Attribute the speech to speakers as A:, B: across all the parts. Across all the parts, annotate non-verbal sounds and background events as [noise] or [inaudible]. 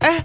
A: 哎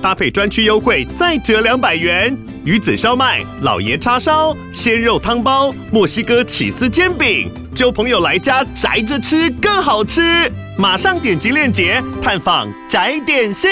A: 搭配专区优惠再折两百元。鱼子烧麦、老爷叉烧、鲜肉汤包、墨西哥起司煎饼，就朋友来家宅着吃更好吃。马上点击链接探访宅点心。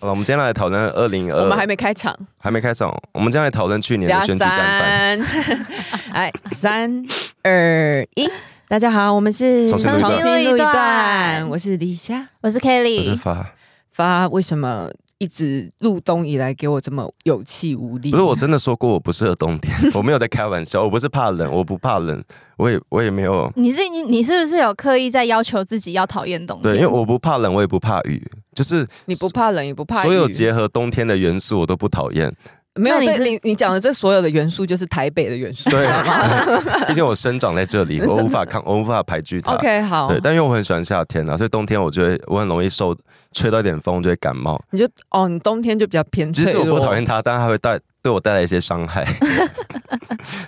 B: 好了，我们今天来讨论二零二，
C: 我们还没开场，
B: 还没开始哦，我们今天来讨论去年的呃选举战犯。
C: 三， [laughs] 哎，三二一，大家好，我们是
B: 重新录一段
C: 录一
D: 段
C: 段，我是李夏
D: 我是
B: 我是
D: Kelly，
B: 发，
C: 发，为什么一直入冬以来给我这么有气无力？
B: 不是我真的说过我不适合冬
C: [laughs]
B: 天，我没有在开玩笑，我不是怕冷，我不怕冷，我也我也没有
D: 你是你你是不是有刻意在要求自己要讨厌冬天？
B: 对，因为我不怕冷，我也不怕雨，就是
C: 你不怕冷，也不怕雨
B: 所有结合冬天的元素我都不讨厌。
C: 没有
D: 那你
C: 这
D: 是
C: 你你讲的这所有的元素就是台北的元
B: [laughs]
C: 素，
B: 对
C: [laughs] 知道吗
B: 毕竟我生长在这里，
C: [laughs]
B: 我无法抗，我无法排拒它。
C: ？OK，好
B: 啊对，，但因为我很喜欢夏天啊，所以冬天我觉得我很容易受吹到一点风就会感冒。
C: 你就哦，你冬天就比较
B: [laughs]
C: 偏
B: 即
C: 脆
B: 使
C: 弱，
B: 我不讨厌它，但它会带对我带来一些伤
C: [laughs]
B: 害。 [laughs]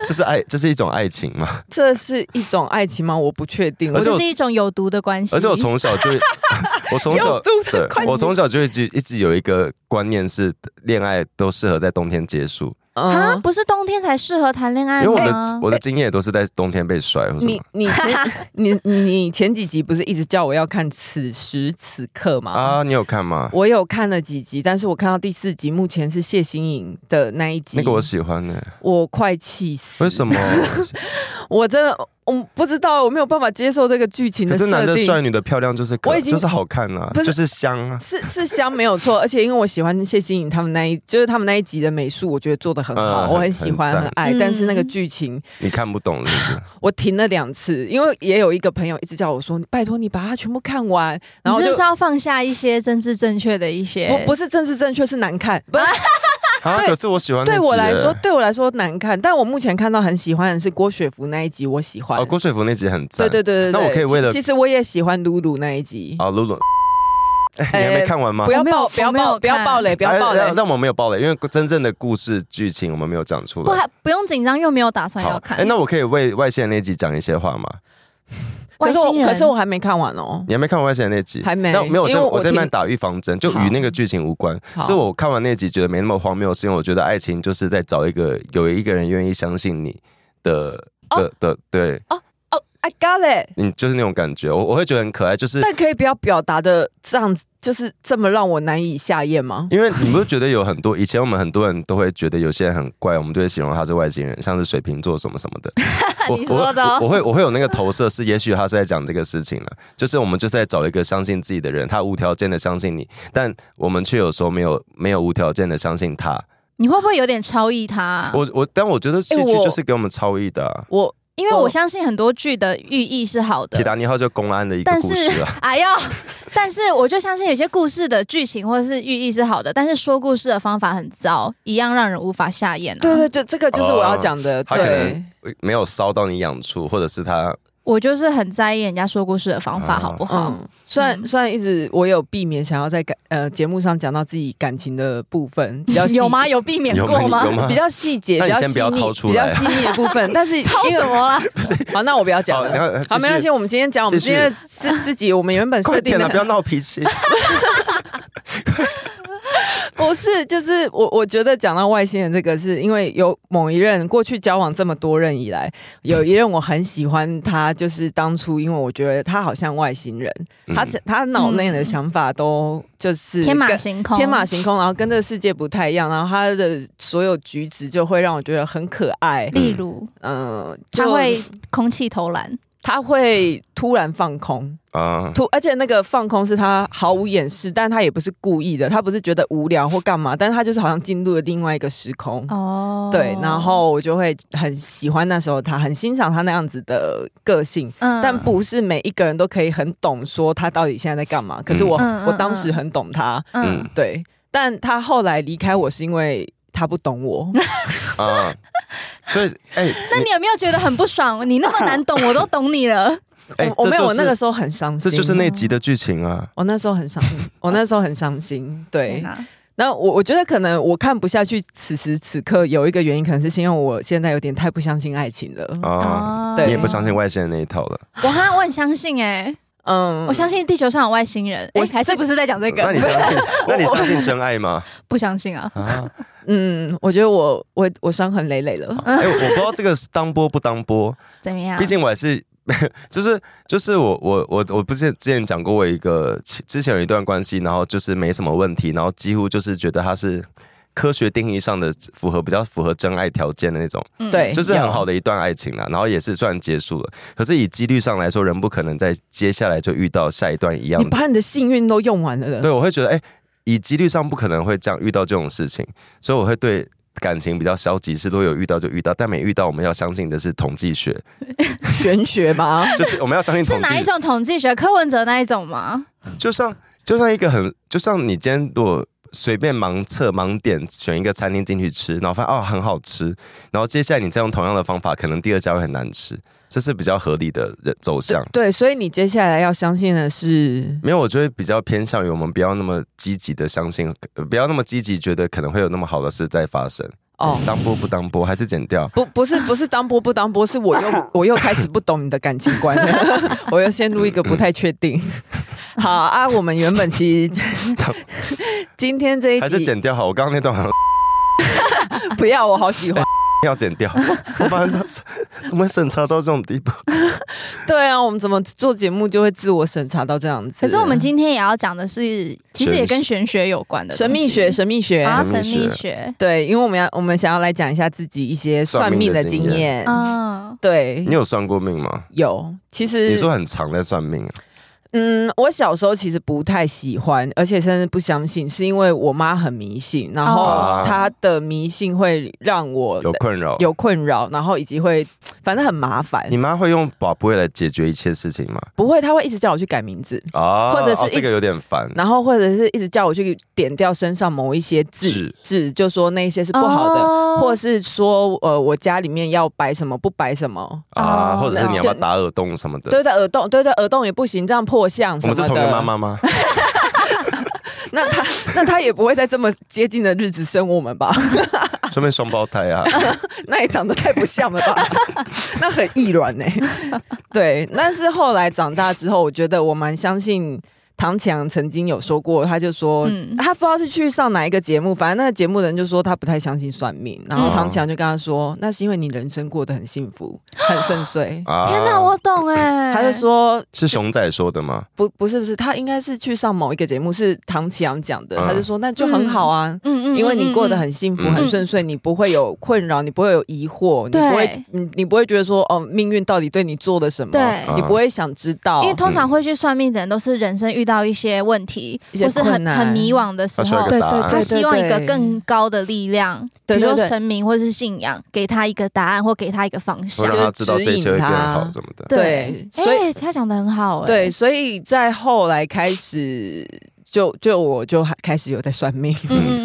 B: 这是爱，这是一种爱情嘛？
C: 这是一种爱情吗？我不确定，
B: 而且
D: 这
B: 我
D: 是一种有毒的关系。
B: 而且我从小就会， [laughs] 我从小
C: 有毒的
B: 对
C: 关，系
B: 我从小就一直一直有一个观念是，恋爱都适合在冬天结束，
C: 嗯
D: 啊，，不是冬天才适合谈恋
B: 嗯因
D: 爱
B: 为
D: 吗？啊
B: 我的我的经验也都是在冬天被甩或什
C: 啊你
B: 么。[laughs]
C: 你前你你你前几集不是一直叫我要看此时此刻吗？
B: 啊，你有看吗？
C: 我有看了几集，但是我看到第四集，目前是谢欣颖的那一集，
B: 那个我喜欢呢、
C: 我快气死！
B: 为什
C: [laughs] 么？
B: 么？
C: 我真的我不知道，我没有办法接受这个剧情
B: 可
C: 的
B: 是男
C: 设
B: 的帅，
C: 定。
B: 女的漂亮，就是可
C: 我已经
B: 就是好看啊，
C: 不是
B: 就是香啊。
C: 是是香没有错，而且因为我喜欢谢欣颖他们那一，就是他们那一集的美术，我觉得做的很好，
B: 嗯
C: 我很喜欢
B: 很
C: 很
B: 赞
C: 爱。
D: 嗯
C: 但是那个剧情
B: 你看不懂是
C: [laughs]
B: 不是？
C: 我停了两次，因为也有一个朋友一直叫我说：“拜托你把它全部看完。”然后我
D: 你是
C: 就
D: 不是要放下一些政治正确的一些？
C: 不不是政治正确，是难看。不是
B: 啊，
C: 对
B: 可是我喜欢那
C: 对
B: 集
C: 我来
B: 耶
C: 说，对我来说难看。但我目前看到很喜欢的是郭雪芙那一集，我喜欢。
B: 哦，郭雪芙那集很赞。
C: 对对对对对，
B: 那我可以为了
C: 其其实我也喜欢露露那一集。
B: 啊，露露，哎， [laughs] 你还没看完吗？
C: 不要
D: 我没有
C: 爆，不要
D: 我哦没有
C: 爆，不要
D: 看
C: 爆雷，不要
B: 哎
C: 爆
B: 那
C: 雷。
B: 那我们没有爆雷，因为真正的故事剧情我们没有讲出
D: 不
B: 来。
D: 还不用紧张，又没有打算要
B: 好，
D: 看。
B: 哎，那我可以为外线那集讲一些话吗？
C: 可
D: 外
C: 是我
D: 星人，
C: 可是我还没看完哦。
B: 你还没看完外线那集？
C: 还没
B: 那没有，我
C: 因
B: 在
C: 为我
B: 我在那边
C: 听
B: 打预防针，就
C: 好
B: 与那个剧情无关。
C: 好
B: 是我看完那集觉得没那么荒谬，是因为我觉得爱情就是在找一个有一个人愿意相信你的的的，对
C: 哦，I got it。
B: 你就是那种感觉，我我会觉得很可爱，就是
C: 但可以不要表达的这样，就是这么让我难以下咽吗？
B: 因为你不是觉得有很多以前我们很多人都会觉得有些人很怪，我们就会形容他是外星人，像是水瓶座什么什么的。
D: [laughs]
B: 我
D: 你
B: 我
D: 说的哦
B: 我我会我会有那个投射，是也许他是在讲这个事情了，就是我们就是在找一个相信自己的人，他无条件的相信你，但我们却有时候没有没有无条件的相信他。
D: 你会不会有点超意他啊、
B: 我我但我觉得戏
C: 嗯哎
B: 剧
C: 我
B: 就是给我们超意的、啊。
C: 我
D: 因为
C: 我
D: 我相信很多剧的寓意是好的
B: 铁，达尼号就公安的一个
D: 但
B: 故
D: 是
B: 事啊，
D: 哎呦， [laughs] 但是我就相信有些故事的剧情或者是寓意是好的，但是说故事的方法很糟，一样让人无法下咽、啊。
C: 对对，就这个就是我要讲的。
B: 他啊可
C: 对嗯
B: 能，没有烧到你痒处，或者是他
D: 我就是很在意人家说故事的方法
B: 啊
D: 好不好？
C: 嗯，虽然
D: 嗯
C: 虽然一直我有避免想要在感呃节目上讲到自己感情的部分，比较细
D: 有吗？有避免
B: 有
D: 过
B: 有
D: 吗？
B: 吗
C: 比？较细节，
B: 那
C: 比
B: 你
C: 较
B: 先
C: 细
B: 不要
C: 腻
B: 掏出，
C: 比较
B: 来
C: 细腻的部
B: [laughs]
C: 分。但是
D: 掏什么啊啦？
C: 好，那我不要讲
B: 好，然
C: 了。
B: 后
C: 好，没关系，。我们今天讲，我们
B: 继
C: 今
B: 续
C: 天自自己，我们原本
B: 快
C: 设定
B: 点啊了，不
C: 的
B: 要闹脾气。
C: [laughs] 不是，就是我我觉得讲到外星人这个，是因为有某一任过去交往这么多任以来，有一任我很喜欢他，就是当初因为我觉得他好像外星人，他
B: 嗯
C: 他脑内的想法都就是
D: 嗯天马
C: 跟
D: 行空，
C: [laughs] 天马行空，然后跟这个世界不太一样，然后他的所有举止就会让我觉得很可爱。
D: 例如，
C: 嗯、呃，就
D: 他会空气投篮，
C: 他会突然放空，
B: 啊，
C: 突而且那个放空是他毫无掩饰，但他也不是故意的，他不是觉得无聊或干嘛，但是他就是好像进入了另外一个时空。嗯
D: 哦，
C: 对，然后我就会很喜欢那时候他，很欣赏他那样子的个性，
D: 嗯
C: 但不是每一个人都可以很懂说他到底现在在干嘛。可是我、
D: 嗯嗯
C: 我当时很懂他，
D: 嗯
B: 嗯，
C: 对。但他后来离开我是因为他不懂我，
B: 啊。
C: [laughs]
B: 所以，哎、
D: 那你有没有觉得很不爽？你那么难懂，我都懂你了。
B: [laughs] 哎、
C: 我我
B: 这
C: 没有，
B: 就
C: 我那
B: 是
C: 个时候很伤
B: 这
C: 心，
B: 就是那集的剧情啊。
C: 我那时候很伤，我那时候很伤心， [laughs] 对
D: 天。哪
C: 那我我觉得可能我看不下去，此时此刻有一个原因，可能是因为我现在有点太不相信爱情了。
B: 啊，
C: 哦对
B: 你也不相信外星人那一套了。
D: 我哈，我很相信哎、
C: 嗯
D: 我相信地球上有外星人。
C: 我
D: 我还是不是在讲这个？
B: 那你相
C: [laughs]
B: 信？那你相信真爱吗？
D: [laughs] 不相信啊？
B: 啊，
C: 嗯，我觉得我我我伤痕累累 [laughs] 了。啊
B: 哎、我不知道这个是当播不当播，
D: 怎么样？
B: 毕竟我还是。 [laughs] 就是就是我我我我不是之前讲过我一个之前有一段关系，然后就是没什么问题，然后几乎就是觉得他是科学定义上的符合比较符合真爱条件的那种，
D: 嗯
C: 对
B: 就是很好的一段爱情啦。然后也是算结束了，可是以几率上来说，人不可能在接下来就遇到下一段一样
C: 你
B: 的。
C: 把你的幸运都用完了，
B: 对，我会觉得，哎、以几率上不可能会这样遇到这种事情，所以我会对感情比较消极，是如果有遇到就遇到，但没遇到，我们要相信的是统计学，
C: 玄学吗？
B: [laughs] 就是我们要相信
D: 是
B: 统
D: 哪
B: 计
D: 一，种统计学？柯文哲那一种吗？
B: 就像就像一个很，就像你今天如果。随便盲测盲点选一个餐厅进去吃，然后发现哦很好吃，然后接下来你再用同样的方法，可能第二家会很难吃，这是比较合理的人走向。
C: 对，所以你接下来要相信的是，
B: 没有，我就会比较偏向于我们不要那么积极的相信，呃不要那么积极觉得可能会有那么好的事在发生。
C: 哦，
B: 当播不当播，还是剪掉。
C: 不不是不是当波不当波，是我又我又开始不懂你的感情观了， [laughs] 我又陷入一个不太确定。好啊，我们原本其实
B: [laughs]
C: 今天这一
B: 还是
C: 集
B: 剪掉好，我刚刚那段好像 [laughs]
C: 不要，我好喜欢。
B: 要剪掉，我发现他怎么会审查到这种地步？
C: [laughs] 对啊，我们怎么做节目就会自我审查到这样子？
D: 可是我们今天也要讲的是，其实也跟玄学有关的
C: 神秘
D: 东
C: 学，
D: 西
C: 神秘学。
D: 啊，
B: 神
D: 神
B: 秘学
D: 秘学，
C: 对，因为我们要我们想要来讲一下自己一些算命的经
B: 算命的经
C: 验。
D: 嗯，
C: 对
B: 你，有算过命吗？
C: 有。其
B: 你
C: 实，
B: 说很长在算命啊，
C: 嗯，我小时候其实不太喜欢，而且甚至不相信，是因为我妈很迷信，然
B: 哦
C: 后
D: 啊
C: 她的迷信会让我
B: 有困扰。
C: 有困扰，然后以及会反正很麻烦
B: 你。妈会用宝贝来解决一切事情吗？
C: 不会，她会一直叫我去改名字，
B: 啊，
C: 或者是
B: 哦
C: 一
B: 这个有点烦。
C: 然后或者是一直叫我去点掉身上某一些字
B: 痣
C: 字，就说那一些是不好的。
D: 哦
C: 或是说，呃，我家里面要摆什么不摆什么，
B: 啊，
D: 哦
B: 或者是你要不要
C: 就
B: 打耳洞什么的？
C: 对对，耳洞，对对，耳洞也不行，这样破相
B: 我
C: 什么
B: 们
C: 的。
B: 是同一个妈妈吗？
C: 那他 [laughs] 那他也不会在这么接近的日子生我们吧？
B: 说明双胞胎啊。
C: [laughs] 那也长得太不像了吧？ [laughs] 那很易软呢、对，但是后来长大之后，我觉得我蛮相信。唐强曾经有说过，他就说、
D: 嗯
C: 他不知道是去上哪一个节目，反正那个节目的人就说他不太相信算命，然后
B: 嗯
C: 唐强就跟他说，那是因为你人生过得很幸福，很顺遂。
B: 啊
D: 天哪，我懂
C: [laughs]
D: 哎，
C: 他就说
B: 是熊仔说的吗？
C: 不不是不是，他应该是去上某一个节目，是唐启阳讲的，
B: 嗯
C: 他就说那就很好啊。
D: 嗯，嗯嗯，
C: 因为你过得
D: 嗯，
C: 很幸福、
B: 嗯
C: 很顺遂，你不会有困扰，你不会有疑惑，你
D: 对
C: 不会，你你不会觉得说，哦，命运到底对你做了什么？
D: 对
C: 你不会想知道
D: 嗯因。为通常会去算命的人都是人生遇到一些问题，
C: 一些
D: 或是很
C: 困难
D: 很迷惘的时
B: 他需要
D: 候
B: 一。个答
C: 对
D: 他
B: 案
C: 对。
D: 希望一个更高的力量，比
C: 对
D: 如
C: 对
D: 说
C: 对
D: 神明或是信仰，给他一个答案或给他一个方
B: 会
D: 向。
B: 让他知道这一切会变好
C: 就是指引他
B: 什么的。
C: 对所以
D: 哎，他讲的很好，哎，
C: 对，，所以在后来开始，就就我就还开始有在算命。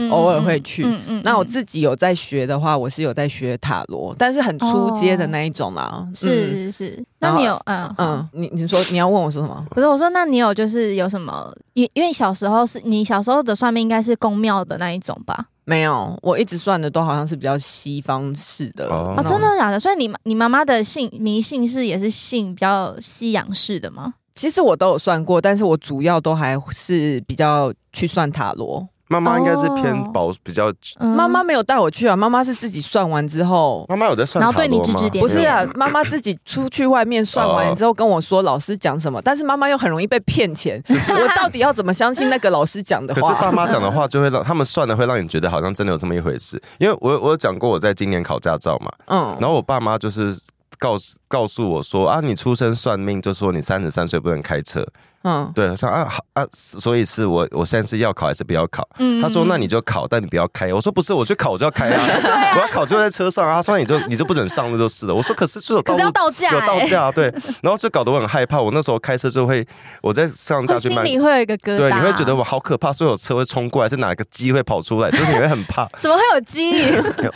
C: 偶尔会去
D: 嗯嗯
C: 那我
D: 嗯
C: 自己有在学的话，我是有在学塔罗，但是很初阶的那一种啦。嗯
D: 是是是，那你有嗯嗯。
C: 嗯，你你说你要问我说什么？
D: 不是我说，那你有就是有什么？因因为小时候是你小时候的算命应该是宫庙的那一种吧？
C: 没有，我一直算的都好像是比较西方式的
B: 哦
D: 哦，
C: 那种
D: 真的假的？所以你你妈妈的信迷信是也是信比较西洋式的吗？
C: 其实我都有算过，但是我主要都还是比较去算塔罗。
B: 妈妈应该是偏
D: 哦
B: 保，比较
D: 嗯
C: 妈妈没有带我去啊，妈妈是自己算完之后，
B: 妈妈有在算
D: 然后
B: 塔
D: 对你
B: 罗
D: 指
B: 吗
D: 指点点
C: 不是啊，妈妈自己出去外面算
B: 哦
C: 完之后跟我说老师讲什么，但是妈妈又很容易被骗钱，我到底要怎么相信那个老师讲的
B: 可是爸
C: 话？
B: 妈讲的话就会让他们算的会让你觉得好像真的有这么一回事，因为我我有讲过我在今年考驾照嘛，
C: 嗯，
B: 然后我爸妈就是告诉告诉我说啊，你出生算命就说你三十三岁不能开车，
C: 嗯，
B: 对，我想啊好啊，所以是我我现在是要考还是不要考？
D: 嗯
B: 他说：“那你就考，但你不要开。”我说：“不是，我去考我就要开
D: [laughs]
B: 啊，我要考就在车上啊。”他说：“你就你就不准上路就是了。”我说：“可是这有道
D: 可
B: 路
D: 是要到驾、
B: 有道
D: 欸，
B: 架啊，对。”然后就搞得我很害怕。我那时候开车就会，我在上
D: 会
B: 架去
D: 心
B: 慢，
D: 里会有一个疙瘩，
B: 对，你会觉得我好可怕，所有车会冲过来，是哪个鸡会跑出来，就是你会很
D: [laughs]
B: 怕。
D: 怎么会有记忆？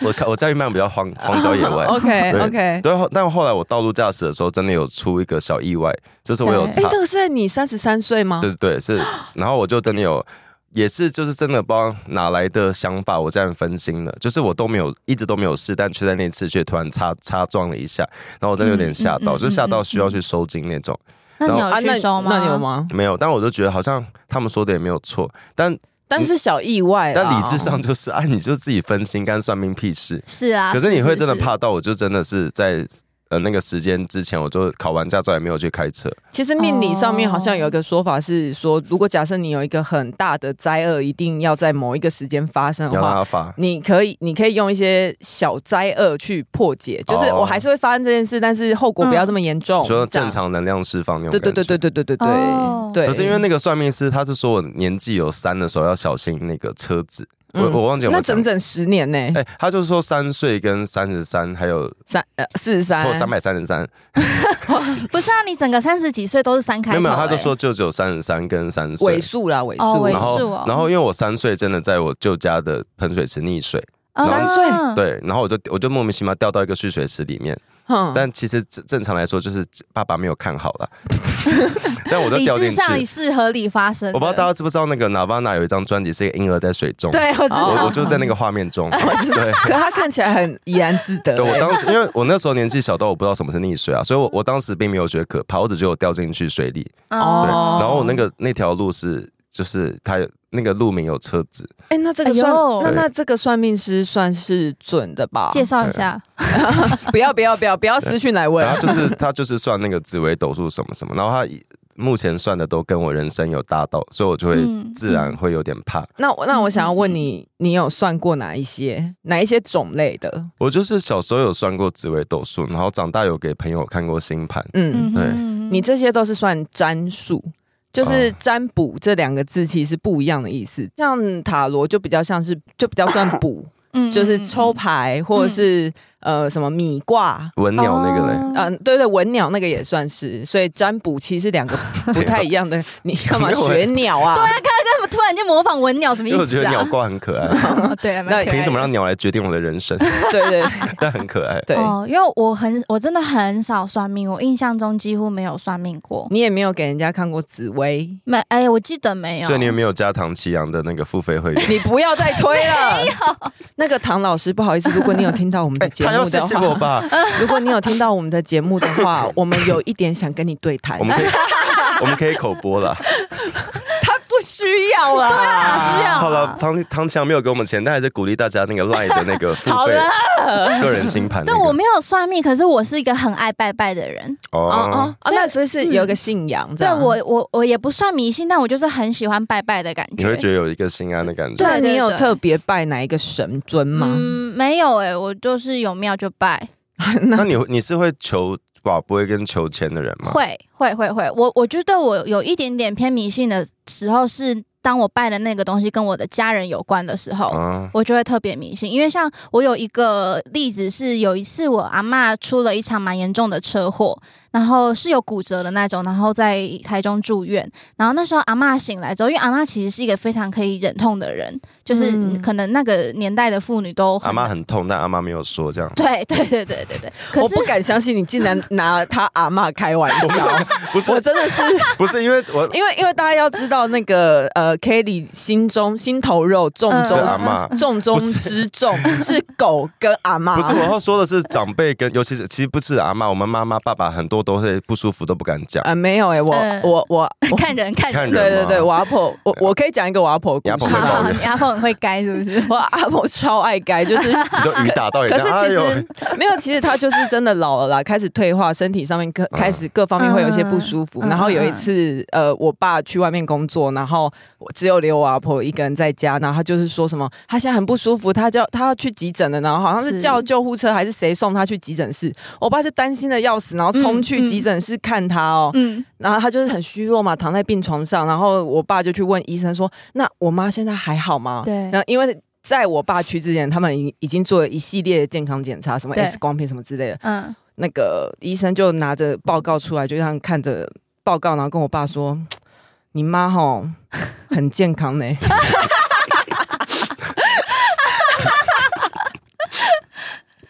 B: 我开我驾驭慢比较荒荒郊野
D: 哦
B: 外。
C: OK
B: [laughs]
C: OK。
B: 对，后但后来我道路驾驶的时候，真的有出一个小意外，就是我有
D: 对
B: 擦
C: 哎，，这个是在你三十三岁吗？
B: 对对对，是，然后我就真的有，也是就是真的不知道哪来的想法，我这样分心了，就是我都没有，一直都没有事，但却在那次却突然擦擦撞了一下，然后我真的有点吓到，
D: 嗯嗯嗯
B: 就吓到需要去收金那种，
D: 那
B: 然
D: 你有
C: 啊那
D: 去收吗？
C: 那你有？吗？
B: 没有，但我就觉得好像他们说的也没有错，但
C: 但是小意外啦，
B: 但理智上就是啊，你就自己分心，干算命屁事。
D: 是啊，
B: 可是你会真的
D: 是
B: 怕到，我就真的是在呃那个时间之前，我就考完驾照也没有去开车，
C: 其实命理上面好像有一个说法是说，如果假设你有一个很大的灾厄，一定要在某一个时间发生
B: 要
C: 的
B: 让
C: 话，
B: 它发。
C: 你可以你可以用一些小灾厄去破解，就是
B: 哦
C: 我还是会发生这件事，但是后果不要这么严重。
B: 你说
C: 这
B: 正，
C: 样
B: 常能量释放那种
C: 对对
B: 感觉
C: 对对对对对对
D: 哦
C: 对。
B: 可是因为那个算命师，他是说我年纪有三的时候要小心那个车子，我
C: 嗯
B: 我忘记有没
C: 那
B: 有讲
C: 整。整十年呢，
B: 哎、他就说三岁跟三十三，还有
C: 三呃四十三
B: 或，三百三十三，
D: 是不是啊？你整个三十几岁都是三开
B: 没
D: 头、
B: 有
D: 欸，
B: 没有，他就说舅舅三十三跟三岁
C: 尾，数啦尾
D: 哦
C: 数，
D: 尾
B: 然后
D: 数哦
B: 然后因为我三岁真的在我舅家的喷水池溺水，
D: 嗯
C: 三岁，
B: 对，然后我就我就莫名其妙掉到一个蓄水池里面，
D: 嗯
C: 哼
B: 但其实正正常来说就是爸爸没有看好
D: [laughs]
B: 了，但我就
D: 理
B: 掉进去，
D: 智上是合理发生的。
B: 我不知道大家知不知道那个 Nirvana 有一张专辑是一个婴儿在水中，
D: 对，哦我知道，
B: 我我就在那个画面中，对。
C: 可他看起来很怡然自得
B: 对，我
C: 欸。
B: 当时因为我那时候年纪小到我不知道什么是溺水啊，所以我我当时并没有觉得可怕，我只觉得我掉进去水里。对，
D: 嗯
C: 哦
B: 然后我那个那条路是就是它有那个路名有车子，
C: 哎，那这个算
D: 哎呦
C: 那那这个算命师算是准的吧？
D: 介绍一下，
C: [laughs] 不要不要不要不要私讯来问
B: 然，后就是它就是算那个紫微斗数什么什么，然后它目前算的都跟我人生有搭到，所以我就会
D: 嗯
B: 自然会有点怕。
C: 那我那我想要问你，你有算过哪一些哪一些种类的？
B: 我就是小时候有算过紫微斗数，然后长大有给朋友看过星盘，
C: 嗯，
D: 嗯，
B: 对
D: 嗯
C: 你这些都是算占术，就是
B: 哦
C: 占卜这两个字其实是不一样的意思。像塔罗就比较像是就比较算卜，
D: 嗯
C: 就是抽牌或者是呃什么米卦。
B: 文鸟那个嘞。
D: 哦
C: 嗯，对对，文鸟那个也算是，所以占卜其实是两个不太一
B: [laughs]
C: 样的。你干嘛
B: 没有
C: 学
B: 欸
C: 鸟啊？
D: 对啊，刚刚他们突然间模仿文鸟，什么意
B: 因为我觉
D: 思
B: 得
D: 啊？
B: 鸟挂很可爱，
D: 哦 [laughs] 对啊，蛮可爱的
B: 凭什么让鸟来决定我的人
D: [laughs]
B: 生？
C: 对对
B: 但很可爱。
C: 对，
D: 哦，因为我很我真的很少算命，我印象中几乎没有算命过。
C: 你也没有给人家看过紫薇，
D: 没，哎，我记得没有。
B: 所以你有没有加唐奇阳的那个付费会员？
D: [laughs]
C: [laughs] 你不要再推了。那个唐老师，不好意思，如果你有听到我 [laughs] 们的节
B: 哎他要
C: 目
B: 谢
C: 的
B: 谢
C: 话，
B: 我吧，
C: 如果你有听到我们的节目的 [laughs] 话，我们有一点想跟你对谈
B: 我，们可以我们可以口播
D: [laughs]
B: 了。
C: [laughs] 他不需要啦，
D: 啊需要
B: 好了，唐唐奇阳没有给我们钱，但还是鼓励大家那个 LINE 的那
D: [laughs]
B: 个付
C: 啊
D: 啊
C: 好
B: 费
C: 了
B: 个人星盘那
D: 对
B: 个。
D: 我没有算命，可是我是一个很爱拜拜的人。
C: 哦
B: 哦
C: 哦，哦那所以是有一个信仰，这
B: 啊
D: 对
C: 样
D: 我，我我也不算迷信，但我就是很喜欢拜拜的感觉。
B: 你会觉得有一个心安的感觉。
D: 对
C: 那你有
D: 对
C: 特别拜哪一个神尊吗？
D: 嗯，没有哎、我就是有庙就拜，
B: 那你你是会求宝贝跟求签的人吗？
D: 会会会会，我我觉得我有一点点偏迷信的时候是当我拜的那个东西跟我的家人有关的时候。
B: 啊，
D: 我就会特别迷信，因为像我有一个例子是，有一次我阿嬷出了一场蛮严重的车祸，然后是有骨折的那种，然后在台中住院。然后那时候阿嬷醒来之后，因为阿嬷其实是一个非常可以忍痛的人，就是
C: 嗯
D: 可能那个年代的妇女都
B: 阿
D: 很。
B: 妈很痛，但阿妈没有说这样
D: 对对对对对对。可
C: 我
D: 是
C: 不敢相信你竟然拿他阿嬷开玩笑，
B: [laughs]
D: 嗯
B: 不是
C: 我真的是
B: 不是因为我
C: [laughs] 因为因为大家要知道那个呃 Kelly 心中心头肉重
B: 是
C: 中
B: 阿妈，
C: 重中
B: 不是
C: 之重是狗跟阿嬷，
B: 不是我要说的是长辈跟，尤其是其实不是阿妈，我们妈妈爸爸很多都会不舒服都不敢讲。
C: 呃，没有哎、我、
D: 呃
C: 我我我，
D: 看人看
B: 看
D: 人，
B: 人
C: 对对
B: 嘛
C: 对，我阿婆，我我可以讲一个我阿婆的
B: 你阿
C: 故
B: 婆
C: 事
B: 会
C: 吗。
B: 抱
D: 好，
B: 怨
D: 你阿凤很会该是不是？
C: 我阿婆超爱改，就是
B: 你就雨打到你，
C: 可是其
B: 哎
C: 实
B: 呦
C: [laughs] 没有，其实她就是真的老了啦，开始退化，身体上面各开始各方面会有一些不舒服。
D: 嗯
C: 然后有一次，呃，我爸去外面工作，然后我只有留我阿婆一个人在家，然后他就是说什么，他现在很不舒服，他叫他要去急诊了，然后好像是
D: 是
C: 叫救护车还是谁送他去急诊室。我爸就担心的要死，然后冲去急诊室看他哦，
D: 嗯，
C: 然后他就是很虚弱嘛，躺在病床上，然后我爸就去问医生说：“那我妈现在还好吗？”
D: 对
C: 那因为在我爸去之前，他们已已经做了一系列的健康检查，什么
D: 对
C: X 光片什么之类的。
D: 嗯，
C: 那个医生就拿着报告出来，就这样看着报告，然后跟我爸说：“你妈吼很健康呢、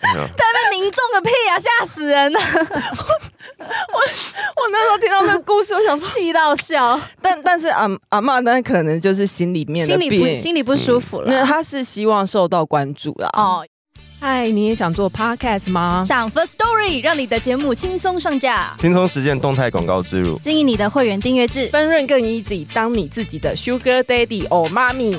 D: 那凝重个屁啊，吓死人
C: [laughs]
D: 了，
C: 我那时候听到那个故事，我想说，
D: 气到笑，
C: [laughs] 但但是阿阿妈那可能就是心里面的
D: 心里不
C: 病，
D: 心里不舒服
C: 嗯那
D: 了。
C: 他是希望受到关注啦。哦，
D: 哦，
C: 嗨，你也想做 podcast 吗？
D: 上 First Story 让你的节目轻松上架，
B: 轻松实践动态广告植入。
D: 经营你的会员订阅制。
C: 分润更 easy，当你自己的 sugar daddy or mommy。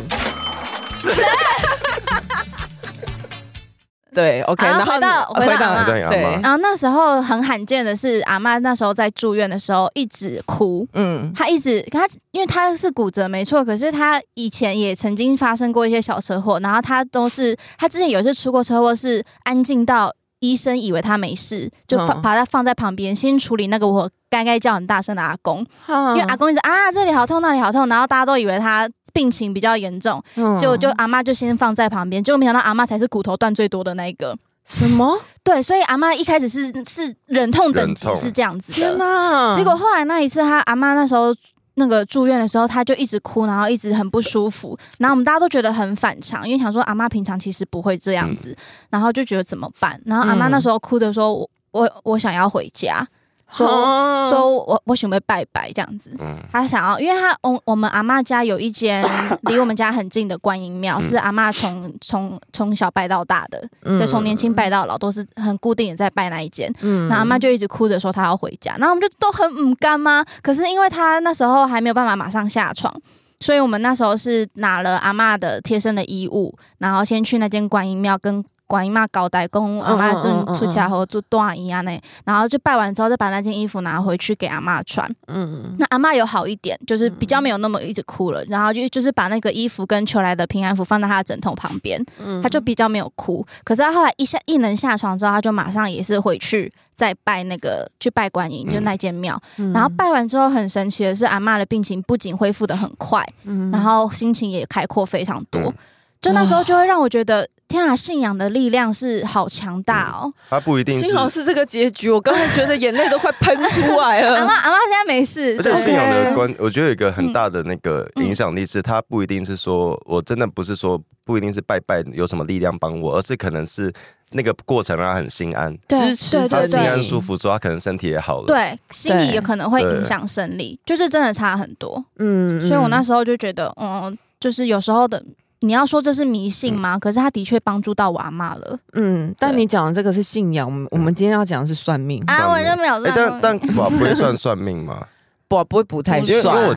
C: 对，OK，
D: 好
C: 然后
D: 啊回到啊
C: 你呃
D: 回到
B: 阿嬷
C: 对
B: 回到阿嬷
D: 然后那时候很罕见的是，阿妈那时候在住院的时候一直哭，
C: 嗯，
D: 她一直她因为她是骨折没错，可是她以前也曾经发生过一些小车祸，然后她都是她之前有一次出过车祸，是安静到医生以为她没事，就放、
C: 嗯
D: 把她放在旁边先处理那个我该该叫很大声的阿公，
C: 因
D: 因为阿公一直啊这里好痛那里好痛，然后大家都以为她病情比较严重，
C: 公
D: 结果就阿妈就先放在旁边，结果没想到阿妈才是骨头断最多的那一个。
C: 什么？
D: 对，所以阿妈一开始是是忍痛等级
B: 忍痛
D: 是这样子
C: 天
D: 的，
C: 哪！
D: 结果后来那一次，她阿妈那时候。那个住院的时候，她就一直哭，然后一直很不舒服，然后我们大家都觉得很反常，因为想说阿妈平常其实不会这样子，然后就觉得怎么办？然后阿妈
C: 嗯
D: 那时候哭着说：“我我我想要回家， [laughs] 说、
C: 啊
D: 说我我想要拜拜这样子。”
B: 嗯，
D: 他想要，因为他我我们阿妈家有一间离我们家很近的观音庙，
B: 嗯
D: 是阿妈从从从小拜到大的，
C: 嗯
D: 对，从年轻拜到老都是很固定的在拜那一间。
C: 嗯
D: 然后阿妈就一直哭着说她要回家，然后我们就都很唔甘嘛。可是因为她那时候还没有办法马上下床，所以我们那时候是拿了阿妈的贴身的衣物，然后先去那间观音庙跟。观音妈交代，公阿妈就
C: 嗯嗯嗯嗯
D: 出家后做断衣啊那，然后就拜完之后再把那件衣服拿回去给阿妈穿。
C: 嗯
D: 那阿嬷有好一点，就是比较没有那么一直哭了，然后就就是把那个衣服跟求来的平安符放在她的枕头旁边，
C: 嗯
D: 她就比较没有哭。可是她后来一下一能下床之后，她就马上也是回去再拜那个去拜观音，就那间庙。
C: 嗯
D: 然后拜完之后，很神奇的是，阿嬷的病情不仅恢复的很快，
C: 嗯
D: 然后心情也开阔非常多
B: 嗯。
D: 就那时候就会让我觉得，天啊，信仰的力量是好强大哦！
B: 它不一定是
C: 幸，好是这个结局，我刚才觉得眼泪都快喷出来
D: [laughs] 阿嬷
C: 了。
D: 阿嬷现在没事，
B: 而且
D: 对
B: 信仰的
C: OK 嗯
B: 关，我觉得有一个很大的那个影响力是，它不一定是说我真的不是说不一定是拜拜有什么力量帮我，而是可能是那个过程让他很心安，
D: 对
C: 支持
D: 对
B: 他
D: 对
C: 着
B: 心
D: 对
C: 你
B: 安舒服之后，他可能身体也好了。，
D: 对，心理
C: 对
D: 也可能会
B: 对
D: 影响生理，就是真的差很多。
C: 嗯
D: 所以我那时候就觉得，嗯，就是有时候的，你要说这是迷
B: 嗯
D: 信吗？可是他的确帮助到我阿妈了
C: 嗯，但
D: 对
C: 你讲的这个是信仰，我们我们今天要讲的是算命，
D: 啊，
B: 算
D: 我
B: 命
D: 就没有
B: 哎，但
D: 乱
B: 但
D: 弄。
B: 宝不会算算命吗？
C: 不不会不太
B: 因为因为
C: 算
B: 我，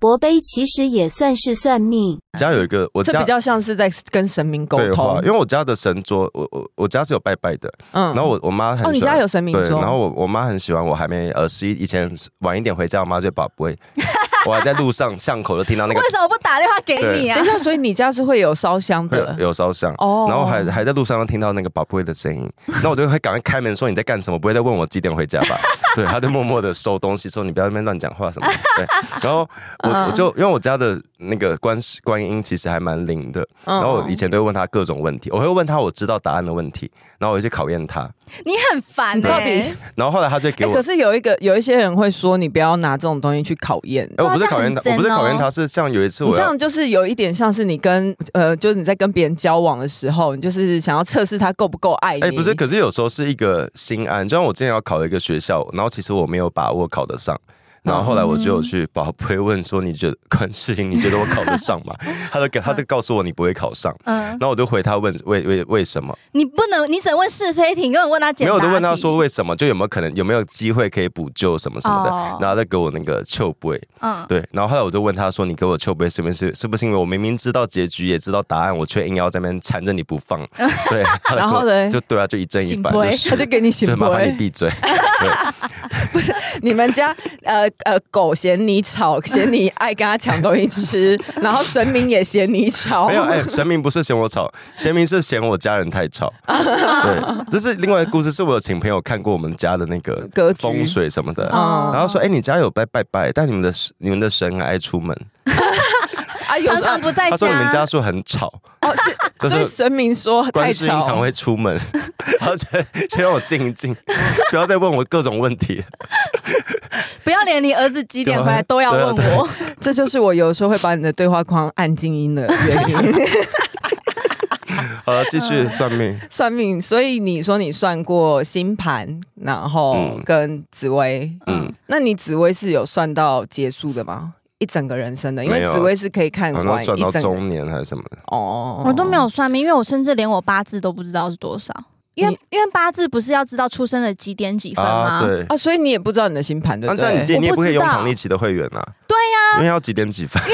E: 博杯其实也算是算命。
B: 家有一个，我
C: 这
B: 家
C: 比较像是在跟神明沟
B: 对话
C: 通
B: 因。为我家的神桌，我我我家是有拜拜的，
C: 嗯
B: 然后我我妈
C: 哦，
B: 很
C: 你
B: 喜
C: 家
B: 欢。
C: 有神明
B: 对，
C: 桌，
B: 然后我我妈很喜欢我，还没呃十一以前晚一点回家，我妈就宝贝， [laughs] 我还在路上巷口就听到那个
D: 为什么不打电话给你啊
C: [laughs] 等一？下，所以你家是会有烧香
B: 会
C: 的
B: 有有烧香，
C: 哦
B: 然后还还在路上听到那个宝贝的声
C: [laughs]
B: 音，那我就会赶快开门说你在干什么，不会再问我几点回家
C: [laughs]
B: 吧？对，他就默默的收东西，说你不要在那边乱讲话什么的。
C: [laughs]
B: 对，然后我我就
C: 嗯
B: 因为我家的那个观世观音其实还蛮灵的，
C: 嗯
B: 然后我以前都会问他各种问题，我会问他我知道答案的问题，然后我就去考验他，
D: 你很烦
C: 到
D: 欸
C: 底
D: 对
B: 然后后来他就给
C: 哎，
B: 我
C: 可。是有一个有一些人会说，你不要拿这种东西去考验。
B: 哎、我不是
D: 这样
B: 考验他，
D: 很
B: 我不是
D: 真哦
B: 考验他，是像有一次
C: 你
B: 我
C: 这
B: 要
C: 样就是有一点像是你跟呃，就是你在跟别人交往的时候，你就是想要测试他够不够爱你。
B: 哎、不是，可是有时候是一个心安，就像我之前要考一个学校，然后其实我没有把握考得上，然后后来我就有去宝贝问说，你觉得关世英，你觉得我考得上吗？他就给他就告诉我你不会考上，
D: 嗯
B: 然，后我就回他问为为为什么？
D: 你不能，你只能问是非题，你根本问他
B: 没
D: 简答
B: 有，
D: 题。
B: 我就问他说为什么，就有没有可能有没有机会可以补救什么什么的，
D: 哦
B: 然后他再给我那个秋杯，
D: 嗯，
B: 对，然后后来我就问他说，你给我秋杯是不是是不是因为我明明知道结局也知道答案，我却硬要在那边缠着你不放？对，他就
C: 然后
B: 给我
C: 嘞
B: 就对啊，就一正一
D: 醒
B: 反，
D: 杯
B: 就是
C: 他就给你醒
B: 就麻烦你
C: 杯。
B: 闭嘴。
C: 你们家呃呃狗嫌你吵，嫌你爱跟他抢东西吃，然后神明也嫌你吵
B: 没。有，哎、神明不是嫌我吵，神明是嫌我家人太吵。对，这是另外一个故事，是我有请朋友看过我们家的那个
C: 格局
B: 风水什么的，
D: 哦
B: 然后说，哎、你家有拜拜拜，但你们的你们的神还爱出门。
C: 啊，有
D: 常常不在家。
B: 他说你们家是不是很吵，
C: 哦，
B: [laughs]
C: 是
B: 这是
C: 所以神明说太
B: 观世音常
C: 吵，
B: 会出门，然后就先让我静一静， [laughs] 不要再问我各种问题。
D: 不要连你儿子几点回来都要问
B: 对啊
D: 我。
C: 这就是我有时候会把你的对话框按静音的原因。
B: 好了，继续算命。
C: 算命，所以你说你算过星盘，然后
B: 嗯
C: 跟紫薇，
B: 嗯，
C: 那你紫薇是有算到结束的吗？一整个人生的，因为
B: 没有
C: 紫薇是可以看
B: 好
C: 完
B: 像
C: 一
B: 算到
C: 整个
B: 中年还是什么的，
C: 哦，
B: 啊
D: 我都没有算命，因为我甚至连我八字都不知道是多少。因为因为八字不是要知道出生的几点几分吗？
B: 啊，对。
C: 啊，所以你也不知道你的星盘对
B: 那
C: 不
B: 啊这样
C: 对
B: 你？今天你也
D: 我不
B: 可以
D: 知
B: 用
D: 道
B: 唐立奇的会员啊，
D: 对
B: 因为要几点几分？
D: 因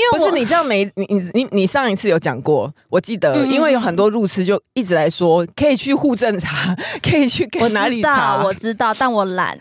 D: 为
C: 不
D: 我
C: 是你这样没你你你你上一次有讲过，我记得，
D: 嗯嗯
C: 因为有很多路痴就一直来说可以去户政查， [laughs] 可以去
D: 我
C: 跟哪里
D: 知道
C: 查。
D: 我知道，但我懒，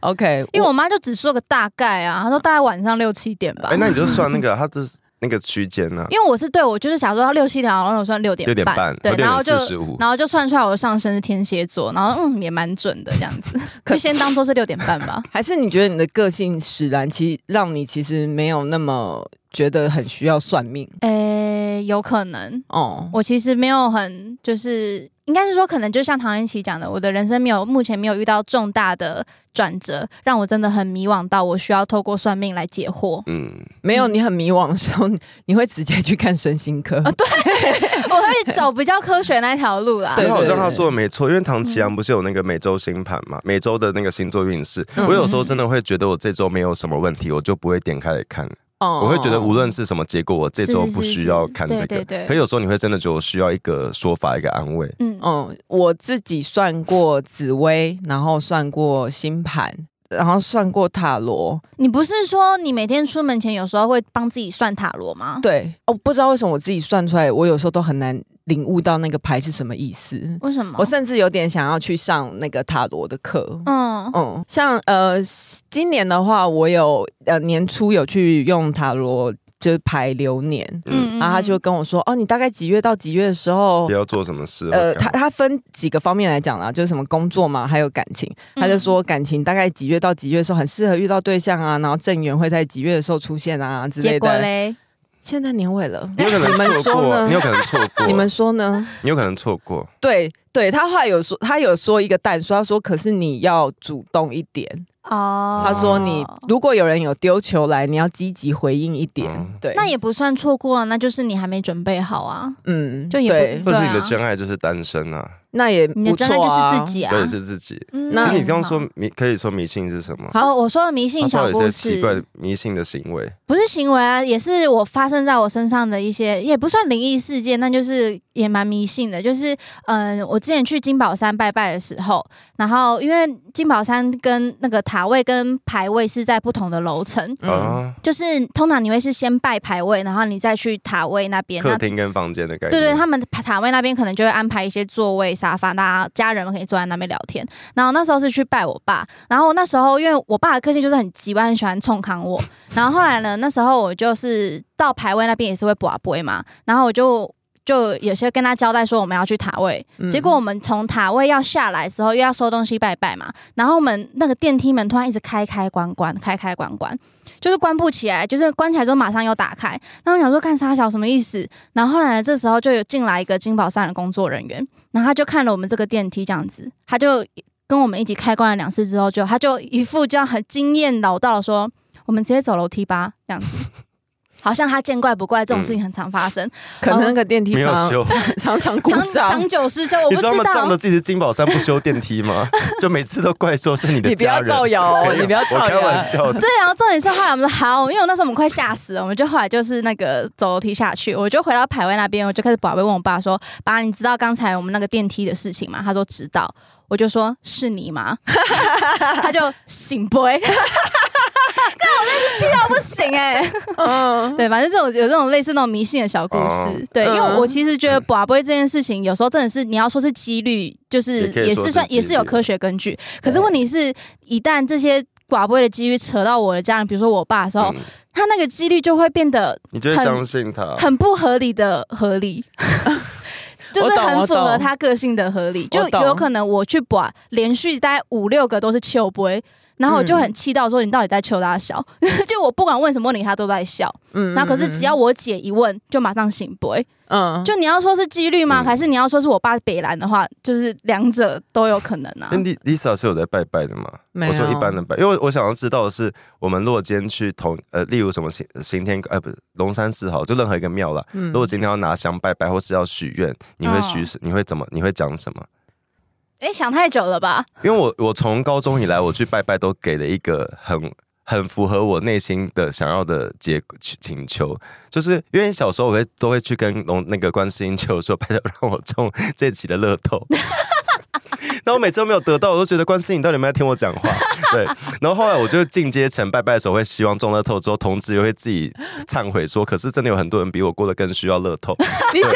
C: OK，
D: 因为我妈就只说个大概啊，她说大概晚上六七点吧。
B: 哎，那你就算那个他这那个区间呢，
D: 因为我是对我就是想说到六七点，然后我算六点
B: 六点半，
D: 对，然后就
B: 四十五。。
D: 然后就算出来我的上升是天蝎座，然后嗯也蛮准的这样子，就先当做是六点半吧。
C: 还是你觉得你的个性使然，其实让你其实没有那么觉得很需要算命
D: 诶，有可能，
C: 哦。
D: 我其实没有很，就是应该是说，可能就像唐林奇讲的，我的人生没有目前没有遇到重大的转折，让我真的很迷惘到我需要透过算命来解惑 [laughs]
B: 嗯，
C: 没有，你很迷惘的时候，你 [laughs] 你会直接去看身心科。
D: 我会走比较科学那一条路啦。
C: 对
B: 但好
C: 对
B: 像他说的没错，因为唐奇阳
D: 嗯
B: 不是有那个每周星盘嘛，每周的那个星座运势。
D: 嗯
B: 我有时候真的会觉得我这周没有什么问题，我就不会点开来看。
C: 哦
B: 我会觉得无论是什么结果，我这周
D: 是是
B: 不需要看这
D: 是对
B: 个。
D: 对对
B: 可有时候你会真的觉得我需要一个说法，一个安慰。
D: 嗯，
C: 嗯，我自己算过紫薇，然后算过星盘，然后算过塔罗。
D: 你不是说你每天出门前有时候会帮自己算塔罗吗？
C: 对，哦，不知道为什么我自己算出来，我有时候都很难领悟到那个牌是什么意思。
D: 为什么？
C: 我甚至有点想要去上那个塔罗的课。
D: 哦嗯
C: 嗯，像呃，今年的话，我有呃年初有去用塔罗就是排流年，
B: 嗯，
D: 嗯，
C: 然后他就跟我说，哦，你大概几月到几月的时候
D: 哦
B: 不，要做什么事。
C: 呃，
B: 呃，
C: 他他分几个方面来讲啦，就是什么工作嘛，还有感情。他就
D: 嗯
C: 说感情大概几月到几月的时候很适合遇到对象啊，然后正缘会在几月的时候出现啊之类
D: 嗯结果
C: 的。
D: 嘞，
C: 现在年尾了，
B: 你有可
C: 你们
B: 能错
C: 说呢
B: 过，你有可能错过，
C: 你们说
D: [laughs]
C: 呢？
B: 你有可能错过。
C: 对对，他后来有说，他有说一个淡说，他说可是你要主动一点。
D: 哦，
C: 他说你如果有人有丢球来，你要积极回应一点。
B: 嗯
C: 对，
D: 那也不算错过啊，那就是你还没准备好啊。
C: 嗯，
D: 就也不
C: 对，
B: 或者是
D: 对啊
B: 你的真爱就是单身啊，
C: 那也
D: 你的
C: 不错
D: 真爱就是
C: 啊。
D: 自己啊。
B: 对，是自己。
D: 嗯
C: 那
B: 那你刚刚
D: 好
B: 说迷，可以说迷信是什么？
C: 啊
D: 哦，我说的迷
B: 他
D: 信
B: 说
D: 小
B: 有
D: 故
B: 些奇怪
D: 事
B: 的，迷信的行为，
D: 不是行为啊，也是我发生在我身上的一些，也不算灵异事件，但就是也蛮迷信的。就是嗯，我之前去金宝山拜拜的时候，然后因为金宝山跟那个塔位跟牌位是在不同的楼层，
C: 嗯，
B: 啊，
D: 就是通常你会是先拜牌位，然后你再去塔位那边。
B: 客
D: 那
B: 厅跟房间的概
D: 对
B: 念。
D: 对，他们塔位那边可能就会安排一些座位、沙发，大家家人们可以坐在那边聊天。然后那时候是去拜我爸，然后那时候因为我爸的个性就是很急，我很喜欢冲康我。然后后来呢，那时候我就是到牌位那边也是会卜啊卜嘛，然后我就。就有些跟他交代说我们要去塔位，
C: 嗯
D: 结果我们从塔位要下来之后，又要收东西拜拜嘛，然后我们那个电梯门突然一直开开关关，开开关关，就是关不起来，就是关起来之后马上又打开。那我想说看沙小什么意思，然后后来这时候就有进来一个金宝山的工作人员，然后他就看了我们这个电梯这样子，他就跟我们一起开关了两次之后就，他就一副这样很惊艳老道的说：“我们直接走楼梯吧。”这样子，好像他见怪不怪，这种事
B: 嗯
D: 情很常发
B: [laughs]
D: 生，
C: 可能那
D: 哦
C: 个电梯
B: 没有
C: 常 [laughs]
B: 修。
C: 常常故
D: 长
C: 障
D: 长。久失修，
B: 你
D: 我不知
B: 知道
D: 道
B: 他。们仗着自己是金宝山不修电梯
C: [laughs]
B: 吗？就每次都怪说是你的
C: 你不
B: 家
C: 要
B: 人。啊
C: 造谣哦，你不要
B: 我
C: 造
B: 开
C: 谣。
B: 玩笑
C: [laughs]
B: 的。
D: 对，然后重点是后来我们说好，因为我那时候我们快吓死了，我们就后来就是那个走楼梯下去，我就回到排位那边，我就开始宝贝问我爸说：“爸，你知道刚才我们那个电梯的事情吗？”他说：“知道。”我就说：“是你吗？”他就醒杯。干气到不行哎、
C: 嗯，
D: 对，反正这种有这种类似那种迷信的小故事，
B: 哦
D: 对，因为
C: 嗯
D: 我其实觉得卜龟这件事情，有时候真的是你要说是几率，就是
B: 也可以
D: 也
B: 说
D: 是
B: 是
D: 算也
B: 几
D: 是有
B: 率
D: 科学根据。可是问题是，一旦这些卜龟的几率扯到我的家人，比如说我爸的时候，
B: 嗯
D: 他那个几率就会变得
B: 你就会
D: 很
B: 相信他，
C: 哦
D: 很不合理的
C: [laughs]
D: 合理。就
C: 我
D: 是
C: 懂
D: 很
C: 我
D: 符合
C: 懂
D: 他个性的合理，就
C: 我懂
D: 有可能我去把连续待五六个都是秋杯，然后我就
C: 嗯
D: 很气到说你到底在秋大笑， [laughs] 就我不管问什么问题他都在笑，
C: 嗯
D: 那可是只要我姐一问，就马上醒不？
C: 嗯， [laughs]
D: 就你要说是几率吗？
B: 嗯
D: 还是你要说是我爸北蓝的话，就是两者都有可能啊
B: 那。丽 Lisa 是有在拜拜的吗？
C: 没
B: 我说
C: 有
B: 一般的拜，因为我想要知道的是，我们如果今天去同呃，例如什么行行天呃不是龙山寺好，就任何一个庙啦。
C: 嗯
B: 如果今天要拿香拜拜或是要许愿，你会许、
D: 哦
B: 你会怎么你会讲什么？
D: 哎、想太久了吧？
B: 因为我我从高中以来，我去拜拜都给了一个很很符合我内心的想要的结请请求，就是因为小时候我会都会去跟龙那个观世音求说， [laughs] 拜托让我中这期的乐透。 [laughs] 然后我每次都没有得到，我都觉得观世音你到底有没有在听我讲话？对。然后后来我就进阶成拜拜的时候，会希望中乐透之后，同时又会自己忏悔说，可是真的有很多人比我过得更需要乐透。
C: 你想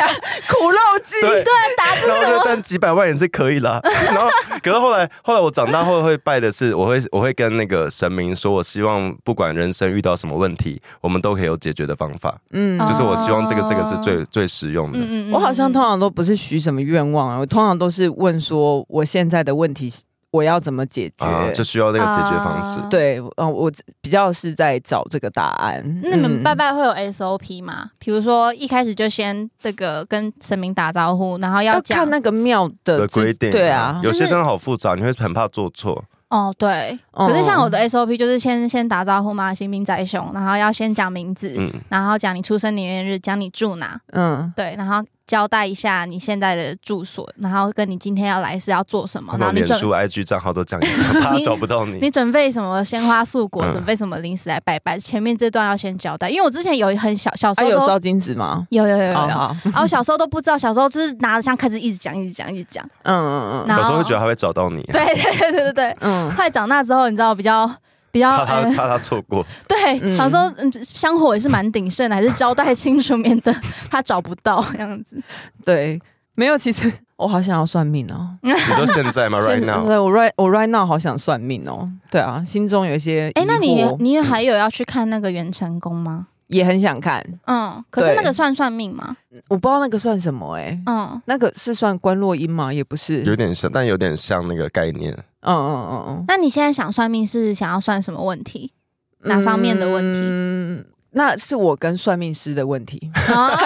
C: 苦肉计，
B: 对， [laughs] 然后就但几百万也是可以啦。然后，可是后来后来我长大后会拜的是，我会我会跟那个神明说，我希望不管人生遇到什么问题，我们都可以有解决的方法。
C: 嗯
D: 哦
B: 就是我希望这个这个是最最实用的。
D: 嗯
C: 我好像通常都不是许什么愿望啊，我通常都是问说我现在的问题我要怎么解决。
B: 啊，就需要那个解决方式。
D: 啊
C: 对，嗯、我比较是在找这个答案。
D: 那你们
C: 嗯
D: 拜拜会有 SOP 吗？比如说一开始就先这个跟神明打招呼，然后
C: 要
D: 要讲
C: 看那个庙的
B: 的
C: 自
B: 规定，
C: 对啊，
B: 有
D: 就是
B: 些真的好复杂，你会很怕做错。
D: 哦，对。
C: 嗯
D: 可是像我的 SOP 就是先先打招呼嘛，新兵仔熊，然后要先讲名字，
B: 嗯，
D: 然后讲你出生年月日，讲你住哪，
C: 嗯，
D: 对，然后交代一下你现在的住所，然后跟你今天要来是要做什么，然
B: 那
D: 后
B: 种
D: 你
B: 脸书、
D: 准
B: IG 账号都这样， [laughs] 很怕
D: 你
B: 找不到你。
D: 你准备什么鲜花素果，
B: 嗯
D: 准备什么零食来拜拜，前面这段要先交代，因为我之前有很小小时
C: 啊，
D: 候
C: 有
D: 都、
C: 烧金纸吗？
D: 有有有有有，
C: 哦
D: 啊，
C: 好，
D: 我小时候都不知道，小时候就是拿着香开始一直讲，一直讲，一直讲，
C: 嗯嗯嗯
D: 那
B: 小时候会觉得他会找到你，
D: 啊
B: 啊
D: 对对对对对对，
C: 嗯，
D: 后来长大之后，你知道比较比较
B: 怕他
D: 呃
B: 怕他错过。
D: 对，
C: 嗯
D: 想说嗯香火也是蛮鼎盛的，还是交代清楚，免
B: [laughs]
D: 得他找不到这样子。
C: 对，没有，其实 [laughs] 我好想要算命哦。
B: 你说现在吗？Right
C: [laughs] 现
B: now，
C: 对我 right 我 right now 好想算命哦。对啊，心中有一些
D: 哎、那你
C: 疑惑
D: 你还有要去看那个元成功吗？
C: 也很想看，
D: 嗯，可是
C: 对
D: 那个算算命吗？
C: 我不知道那个算什么哎、
D: 嗯，
C: 那个是算关落音吗？也不是，
B: 有点像，但有点像那个概念。
C: 嗯嗯嗯嗯，
D: 那你现在想算命是想要算什么问题？哪方面的问题 [laughs]
C: 嗯，那是我跟算命师的问题。
D: 啊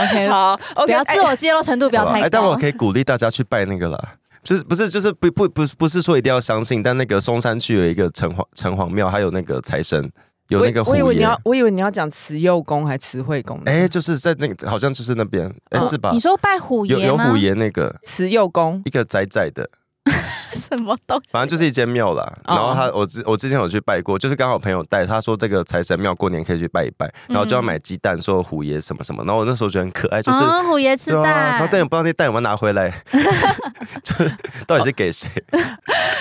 D: OK，
C: 好，OK，
D: 不要自我揭露程度不要
B: 好吧
D: 太
B: 哎
D: 高。
B: 但我可以鼓励大家去拜那个啦。就是不是就是不不不不是说一定要相信，但那个松山区有一个城隍城隍庙，还有那个财神，有那个虎
C: 我以为你
B: 爷，
C: 要，我以为你要讲慈幼宫还慈惠宫。
B: 哎、就是在那个好像就是那边，哎、
C: 哦
B: 是吧
D: 你？说拜虎
B: 有
D: 爷
B: 有
D: 吗？
B: 虎爷那个
C: 慈幼宫，
B: 一个窄窄的，
D: 什么东西？
B: 反正就是一间庙啦。
C: 哦
B: 然后他我之我之前有去拜过，就是刚好朋友带，他说这个财神庙过年可以去拜一拜，然后就要买鸡蛋，说虎爷什么什么。然后我那时候觉得很可爱，就是。
D: 啊，虎爷吃
B: 对啊，然
D: 蛋
B: 后。但也不知道那蛋有没有拿回来， [laughs] 就是到底是给谁？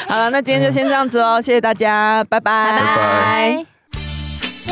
C: 好了，那今天就先这样子哦喽，谢谢大家，拜拜，
B: 拜拜。
F: 喜